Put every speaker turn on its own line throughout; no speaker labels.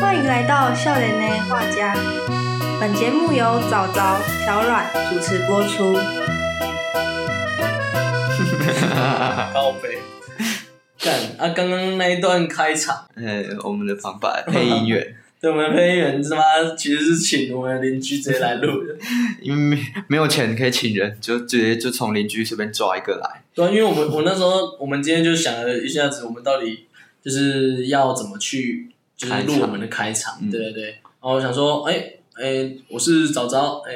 欢迎来到笑脸内画家。本节目由早早、小阮主持播出。
高飞。干啊！刚刚那一段开场，
呃，我们的旁白配音 员，
对我们配音员他妈其实是请我们邻居直接来录的。
因为没没有钱可以请人，就直接就从邻居随便抓一个来。
对啊、因为我们我那时候我们今天就想了一下子，我们到底就是要怎么去就是录我们的开场，
嗯
对对对。然后我想说，哎、哎、我是早早，哎、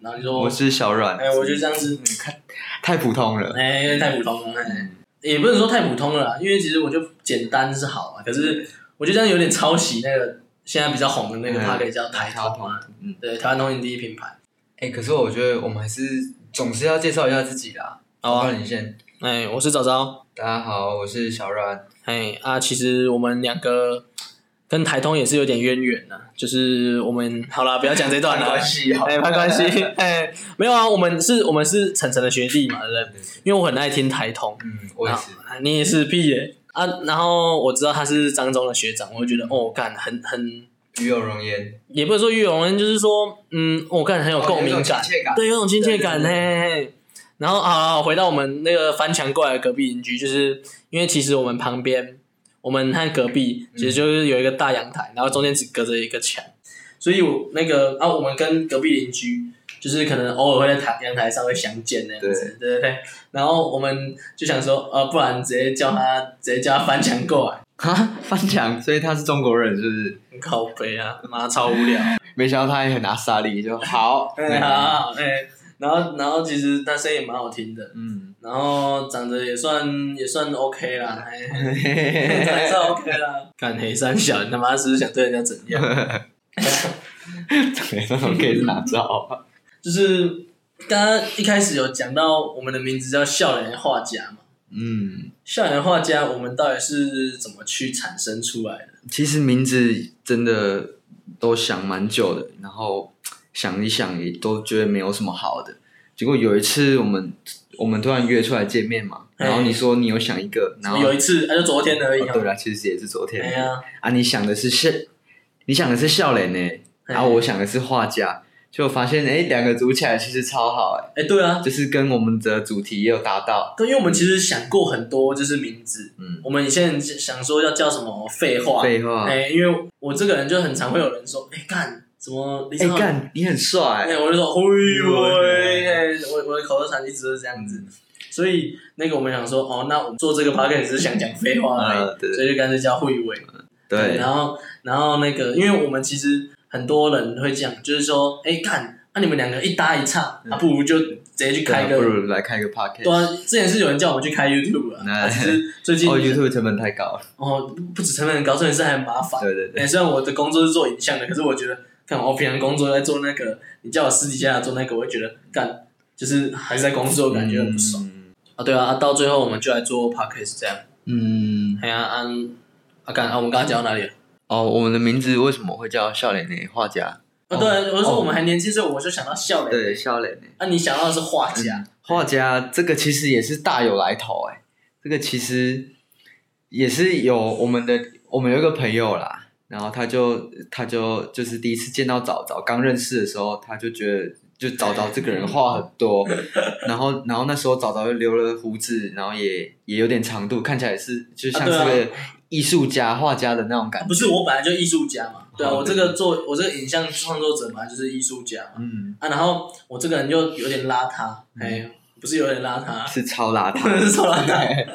然后你说
我是小阮，
哎、我就这样子，嗯看，
太普通了。
哎、太普通了，哎、也不能说太普通了啦，因为其实我就简单是好啊，可是我就这样有点抄袭那个现在比较红的那个 p
嗯
a r 叫台
超
通嘛，
嗯，
对，台湾通勤第一品牌。
哎、可是我觉得我们还是总是要介绍一下自己啦。
好啊
我帮你先。
哎、我是早早，
大家好，我是小阮。
哎、啊，其实我们两个跟台通也是有点渊源的、就是我们好了，不要讲这段 了，
系啊
哎、 没关系， 哎、没有啊，我们是我们是晨晨的学弟嘛，对不对？因为我很爱听台通，
嗯，我也是。
啊你也是屁耶、啊！然后我知道他是张中的学长，我就觉得哦，干很很，
与有容颜。
也不是说玉容恩，就是说嗯，我、干很有
哦
共
有一
鸣
种
感，
亲切感
对，有种亲切感
对
嘿。嘿然后啊，回到我们那个翻墙过来的隔壁邻居，就是因为其实我们旁边，我们和隔壁
嗯
其实就是有一个大阳台，然后中间只隔着一个墙，所以我那个啊，我们跟隔壁邻居就是可能偶尔会在台阳台上会相见那样子，对对对。然后我们就想说，呃，不然直接叫他直接叫他翻墙过来，
哈，翻墙，所以他是中国人，是不是？
很靠背啊，妈超无聊。
没想到他也很阿莎莉，就好。
对啊，哎，然后然后其实他声音也蛮好听的，
嗯，
然后长得也算也算 OK 啦，嘿嘿
嘿嘿
长得 也
嘿
算 OK 啦。看黑三小，你他妈是不是想对人家怎样？
对，那种 gay 是哪招啊？
就是刚刚一开始有讲到我们的名字叫笑脸画家嘛，
嗯，
笑脸画家我们到底是怎么去产生出来的？
其实名字真的都想蛮久的，然后想一想也都觉得没有什么好的。结果有一次我们我们突然约出来见面嘛，
哎
然后你说你有想一个，然后
有一次，那、就昨天而已、啊
哦对啦，其实也是昨天。
哎呀，
啊，你想的是笑，你想的是笑脸呢，
哎
然后我想的是画家，就我发现哎，两个组起来其实超好哎，
哎、对啊，
就是跟我们的主题也有搭到。
对，因为我们其实想过很多，就是名字，
嗯，
我们以前想说要叫什么废话，
废话，哎
哎、因为我这个人就很常会有人说，哎、干，怎么李正浩？
哎干，你很帅
哎、，我就说，嘿喂，
喂
哎、我我的口头禅一直都是这样子，
嗯
所以那个我们想说，哦，那我们做这个 p o d c a s 是想讲废话而已，
嗯对
所以就干脆叫会喂。
对，
然后然后那个，因为我们其实很多人会讲，就是说，哎、干，那、你们两个一搭一唱，啊，不如就直接
嗯
去
对啊
开个
不。如来开个 podcast 哦
对。啊，之前是有人叫我们去开 YouTube 啊，
哎
啊只是最近
哦，YouTube 成本太高了，
哦，不不止成本很高，重点是还很麻烦。
对对
哎、
对，
虽然我的工作是做影像的，可是我觉得，看我平常工作在做那个，你叫我私底下做那个，我会觉得干，就是还是在工作，感觉很不爽、
嗯。
啊。对啊，啊到最后我们就来做 podcast 这样。
嗯，
哎呀，安啊干啊，我们刚刚讲到哪里了？
哦，我们的名字为什么会叫笑脸呢？画家，
啊，对啊，我就说我们还年轻，所以我就想到笑脸。
对，嗯笑脸呢，
啊，你想到的是画家，
画家这个其实也是大有来头哎、这个其实也是有我们的，我们有一个朋友啦，然后他就他就就是第一次见到早早，刚认识的时候，他就觉得就早早这个人话很 多，然后然后那时候早早就留了胡子，然后也也有点长度，看起来是就像
啊
是
对
个艺术家、画家的那种感觉，
啊不是我本来就艺术家嘛。对啊，
哦
我这
对
个做我这个影像创作者本来就是艺术家嘛。
嗯，
啊，然后我这个人就有点邋遢，哎、不是有点邋遢，
是超邋
真的
遢
是超邋 遢。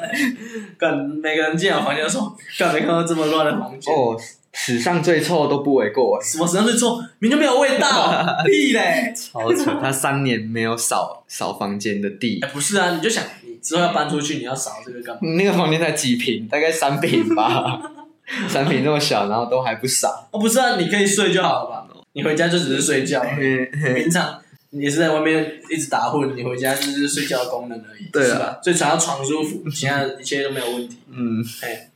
干，每个人进来房间都说，干没看到这么乱的房间。
哦，史上最臭都不为过、
什么时候是做，明明就没有味道，屁嘞！
超丑，他三年没有扫扫房间的地
哎，，不是啊，你就想你之后要搬出去，你要扫这个干嘛？
你那个房间才几平？大概三平 吧，三平那么小，然后都还不少。
哦，不是啊，你可以睡就好了吧？你回家就只是睡觉，你
嗯
平常你也是在外面一直打混，你回家就是睡觉的功能而已，
对啊
是吧？所以只要床舒服，其他一切都没有问题。
嗯，
哎，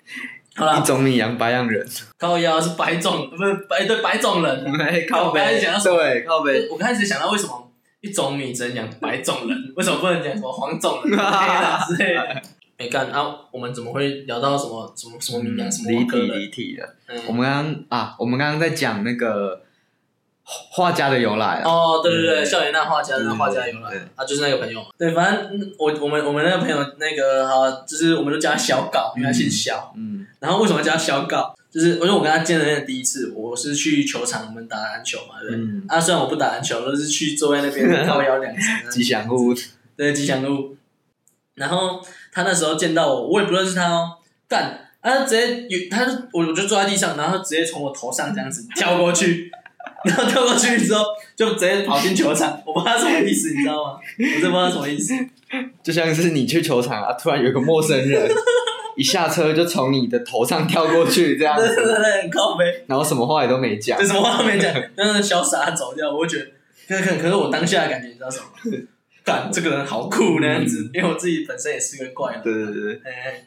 好啦
一，种米养百样人，
高腰是白种，不是白对白种人。
哎靠
我刚才
北
想要，
对，靠北。
我开始想到为 什么一种米只能养白种人，为什么不能讲什么黄种人啊黑人之类的？没干啊，我们怎么会聊到什么什么什么民谣什么
离
网歌
题
的？
离题了。
嗯
我们刚刚啊，我们刚刚在讲那个画家的由来啊，
哦，对对对，
嗯
校园那画家，
对对
那
对
画家有来
对，
啊，就是那个朋友嘛。对，反正嗯我我们我们那个朋友那个哈，就是我们就叫他小搞，因为他姓小。
嗯
然后为什么叫他小搞？就是因为我跟他见了面的第一次，我是去球场，我们打篮球嘛，对不对。
嗯，
啊，虽然我不打篮球，都是去坐在那 边靠腰两啊层，
吉祥物，
对吉祥物。然后他那时候见到我，我也不认识他哦，干，啊，直接有他就我我就坐在地上，然后直接从我头上这样子跳过去， 然后跳过去之后就直接跑进球场，我不知道他什么意思，你知道吗？我真不知道他什么意思。
就像是你去球场啊，突然有一个陌生 人一下车就从你的头上跳过去这样
对对
子，
对，很靠背，
然后什么话也都没讲
就，什么话都没讲，但是潇洒地走掉，我会觉得，可可可是我当下的感觉，你知道什么吗？干，这个人好酷那样子，因为我自己本身也是个怪人。
对对对，
哎，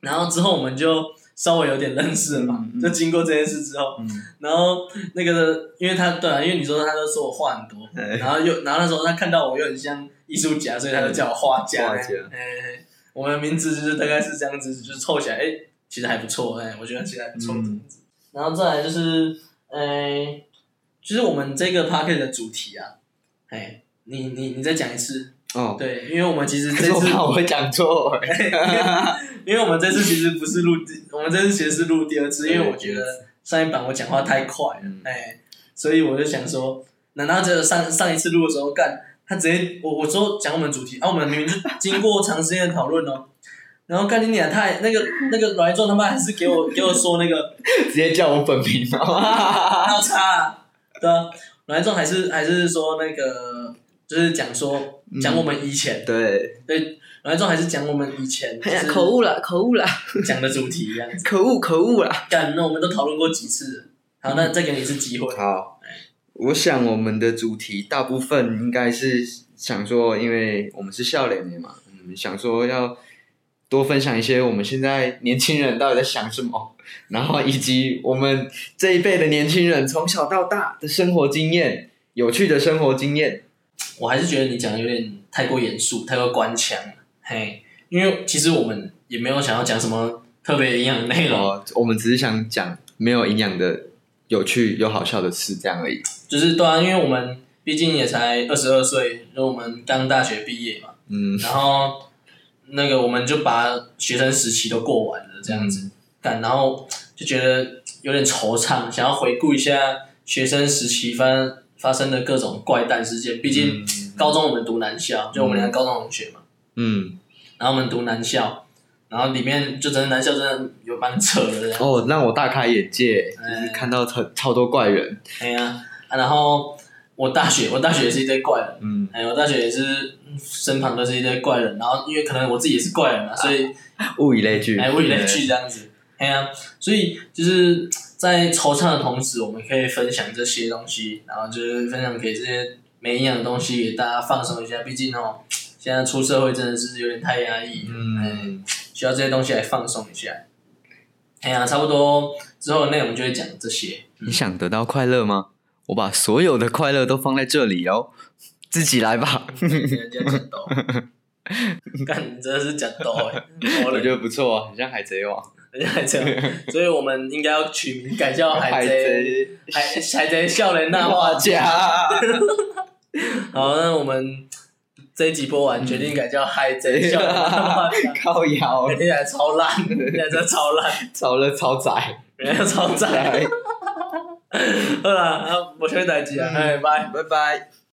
然后之后我们就稍微有点认识了嘛
嗯，嗯
就经过这件事之后，
嗯
然后那个因为他对啊，因为你说他都说我话很多，
哎
然后又然后那时候他看到我又很像艺术家，所以他就叫我画家。
画
哎
家
哎，我们的名字就是大概是这样子，就是凑起来，哎，其实还不错，哎，我觉得其实还不错这
嗯
样子。然后再来就是，哎，就是我们这个 p a r k e t 的主题啊，哎，你你你再讲一次，
哦，
对，因为我们其实
可
这
是我
次
怕我会讲错欸，
因为我们这次其实不是录第，我们这次其实是录第二 次，因为我觉得上一版我讲话太快了
嗯，
哎、所以我就想说，难道这上上一次录的时候干，他直接我我说讲我们主题，啊，我们明明就经过长时间的讨论哦， 然后干你俩，他还那个那个软壮他妈还是给我给 我说那个
直接叫我本名啊，
啊，差、啊，对啊，软壮还是还是说那个就是讲说讲我们以前，
对，
对，软壮还是讲我们以前就
哎呀，
是
口误了，口误了，
讲的主题一样。
可恶，可恶了。
干，那我们都讨论过几次了。好，那再给你一次机会。
好，我想我们的主题大部分应该是想说，因为我们是笑脸的嘛，嗯，想说要多分享一些我们现在年轻人到底在想什么， 然后以及我们这一辈的年轻人从小到大的生活经验，有趣的生活经验。
我还是觉得你讲的有点太过严肃，太过官腔了。嘿，因为其实我们也没有想要讲什么特别营养的内容，
哦，我们只是想讲没有营养的、有趣又好笑的事这样而已。
就是对啊，因为我们毕竟也才二十二岁，就我们刚大学毕业嘛，
嗯，
然后那个我们就把学生时期都过完了这样子，干，然后就觉得有点惆怅，想要回顾一下学生时期发发生的各种怪诞事件，毕竟。高中我们读男校，就我们两个高中同学嘛，
嗯。
然后我们读男校，然后里面就真的男校真的有蛮扯的这样，
哦，让我大开眼界，
哎
就是看到超超多怪人。
哎呀、啊然后我大学我大学也是一堆怪人，
嗯，
哎，我大学也是嗯身旁都是一堆怪人，然后因为可能我自己也是怪人嘛，啊所以
物以类聚。
哎物以类聚这样子，哎呀、所以就是在惆怅的同时，我们可以分享这些东西，然后就是分享给这些没营养的东西给大家放松一下，毕竟哦。现在出社会真的是有点太压抑，哎，
嗯，
需要这些东西来放松一下。哎呀，差不多之后的内容就会讲这些。
你想得到快乐吗？我把所有的快乐都放在这里哦，自己来吧。
人家讲抖，干，你真的是讲抖哎，我
我
人
觉得不错啊，很像海贼王。
人家还这样，所以我们应该要取名改叫海贼， 海海贼笑人那 画
画
家。
家，
好，那我们这一集播完，决定改叫海贼笑人那 画家。
靠 摇
哎，听起来超 烂，听起来真的超烂，哎
找了超仔，
人家超赞。好啦，啊，我先代志啊，哎，拜。
拜拜。